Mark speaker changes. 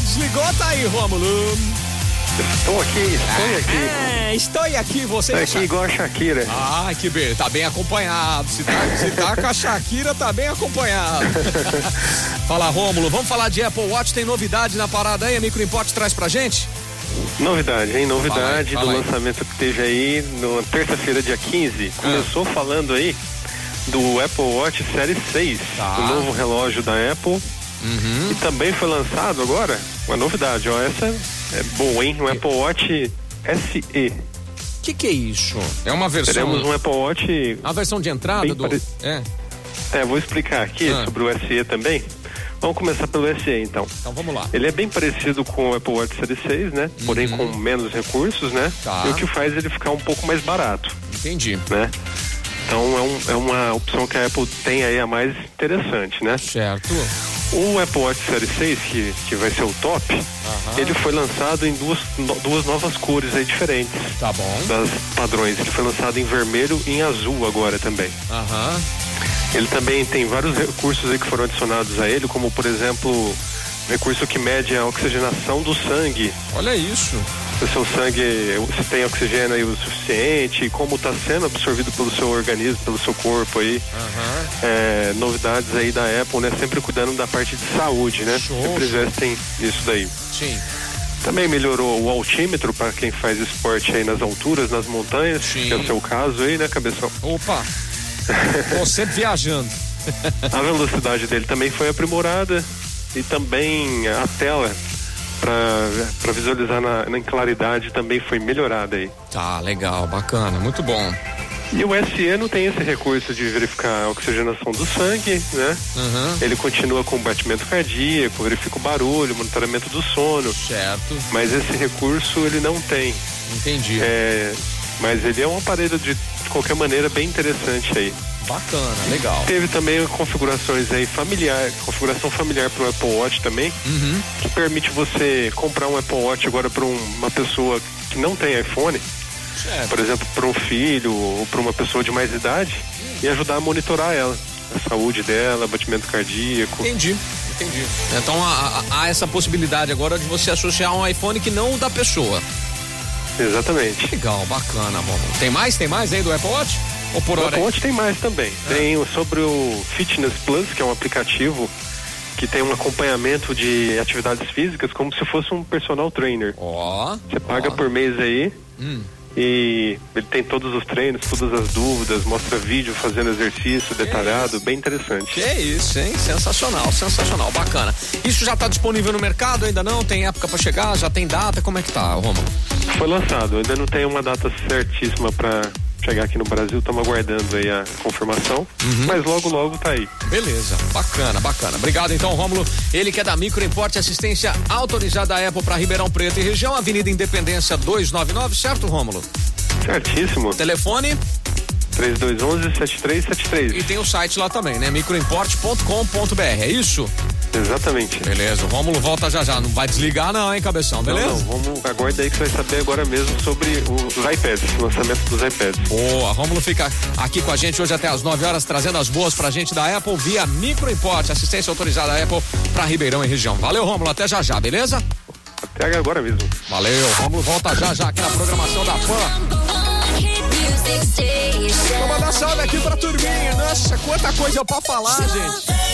Speaker 1: desligou, tá aí, Rômulo.
Speaker 2: Estou aqui, estou aqui.
Speaker 1: É, estou aqui, você
Speaker 2: Estou
Speaker 1: e a
Speaker 2: aqui
Speaker 1: Shakira.
Speaker 2: igual a Shakira.
Speaker 1: Ah, que bem, tá bem acompanhado. Se tá, se tá com a Shakira, tá bem acompanhado. Fala, Rômulo, vamos falar de Apple Watch, tem novidade na parada aí, a Micro Import traz pra gente?
Speaker 2: Novidade, hein? Novidade
Speaker 1: Fala aí, fala aí.
Speaker 2: do lançamento que teve aí na terça-feira, dia 15.
Speaker 1: Ah.
Speaker 2: Começou falando aí do Apple Watch Série 6,
Speaker 1: Tá. Uhum.
Speaker 2: o novo relógio da Apple. E também foi lançado agora uma novidade, ó. Essa é boa, hein? Um Apple Watch SE.
Speaker 1: O que que é isso? É uma versão,
Speaker 2: Teremos um Apple Watch
Speaker 1: a versão de entrada
Speaker 2: Bem
Speaker 1: do...
Speaker 2: pare-
Speaker 1: É,
Speaker 2: É, vou explicar aqui
Speaker 1: Ah.
Speaker 2: sobre o SE também. Vamos começar pelo SE então.
Speaker 1: então vamos lá.
Speaker 2: Ele é bem parecido com o Apple Watch Série 6, né? Porém com menos recursos, né?
Speaker 1: Uhum. Tá.
Speaker 2: E o que faz ele ficar um pouco mais barato,
Speaker 1: Entendi.
Speaker 2: né? Então é, um- é uma opção que a Apple tem aí a mais interessante, né?
Speaker 1: Certo.
Speaker 2: O Apple Watch Série 6, que, que vai ser o top, ele foi lançado em duas, no- duas novas cores aí diferentes.
Speaker 1: Tá bom.
Speaker 2: Das padrões, ele foi lançado em vermelho e em azul agora também.
Speaker 1: Aham.
Speaker 2: Ele também tem vários recursos aí que foram adicionados a ele, como por exemplo, um recurso que mede a oxigenação do sangue.
Speaker 1: Olha isso.
Speaker 2: Se o seu sangue se tem oxigênio aí o suficiente, como está sendo absorvido pelo seu organismo, pelo seu corpo aí.
Speaker 1: Aham.
Speaker 2: É, novidades aí da Apple, né? Sempre cuidando da parte de saúde, né?
Speaker 1: Show.
Speaker 2: Sempre investem nisso daí.
Speaker 1: Sim,
Speaker 2: Também melhorou o altímetro para quem faz esporte aí nas alturas, nas montanhas,
Speaker 1: Sim.
Speaker 2: que é o seu caso aí, né, cabeção?
Speaker 1: opa. Tô sempre viajando.
Speaker 2: A velocidade dele também foi aprimorada e também a tela para visualizar na, na- em claridade também foi melhorada aí.
Speaker 1: Tá, legal, bacana, muito bom.
Speaker 2: E o SE não tem esse recurso de verificar a oxigenação do sangue, né?
Speaker 1: Aham.
Speaker 2: Ele continua com o batimento cardíaco, verifica o barulho, monitoramento do sono,
Speaker 1: Certo,
Speaker 2: mas esse recurso ele não tem.
Speaker 1: entendi.
Speaker 2: É, mas ele é um aparelho de, de qualquer maneira bem interessante aí.
Speaker 1: Bacana, legal.
Speaker 2: Teve também configurações aí familiar, configuração familiar para o Apple Watch também, que permite você comprar um Apple Watch agora para uma pessoa que não tem iPhone,
Speaker 1: Certo.
Speaker 2: por exemplo, para um filho ou para uma pessoa de mais idade, e ajudar a monitorar ela, a saúde dela, batimento cardíaco.
Speaker 1: Entendi, entendi. Então há, há- há essa possibilidade agora de você associar um iPhone que não o da pessoa.
Speaker 2: Exatamente.
Speaker 1: Legal, bacana, bom. Tem mais? Tem mais aí do Apple Watch? Ou por
Speaker 2: O
Speaker 1: hora?
Speaker 2: Apple
Speaker 1: é-
Speaker 2: Watch tem mais também. Tem o- sobre o Fitness Plus, que é um aplicativo que tem um acompanhamento de atividades físicas como se fosse um personal trainer.
Speaker 1: Ó.
Speaker 2: Você paga
Speaker 1: ó.
Speaker 2: por mês aí. E ele tem todos os treinos, todas as dúvidas, mostra vídeo fazendo exercício detalhado, bem
Speaker 1: Que
Speaker 2: interessante.
Speaker 1: isso, hein? Sensacional, sensacional, bacana. Isso já tá disponível no mercado? Ainda não? Tem época pra chegar? Já tem data? Como é que tá, Romulo?
Speaker 2: Foi lançado, ainda não tem uma data certíssima pra chegar aqui no Brasil, estamos aguardando aí a confirmação, mas logo logo tá aí.
Speaker 1: Beleza, bacana, bacana. Obrigado então, Rômulo. Ele que é da Micro Importe Assistência Autorizada Apple para Ribeirão Preto e região, Avenida Independência 299, certo, Rômulo?
Speaker 2: Certíssimo.
Speaker 1: Telefone
Speaker 2: 3211
Speaker 1: e
Speaker 2: 7373.
Speaker 1: tem o site lá também, né? microimporte.com.br, é isso?
Speaker 2: Exatamente. Então,
Speaker 1: Beleza, o Rômulo volta já já. Não vai desligar não, hein, cabeção, beleza?
Speaker 2: Não, não, vamos, aguarda aí que você vai saber agora mesmo sobre os iPads, o lançamento dos iPads.
Speaker 1: Boa, Rômulo fica aqui com a gente hoje até às 9 horas, trazendo as boas pra gente da Apple via Micro Importe, assistência autorizada Apple para Ribeirão e região. Valeu, Rômulo, até já já, beleza?
Speaker 2: Até agora mesmo.
Speaker 1: Valeu, Rômulo volta já já aqui na programação da Pan. Vou mandar salve aqui pra turminha. Nossa, quanta coisa pra falar, gente.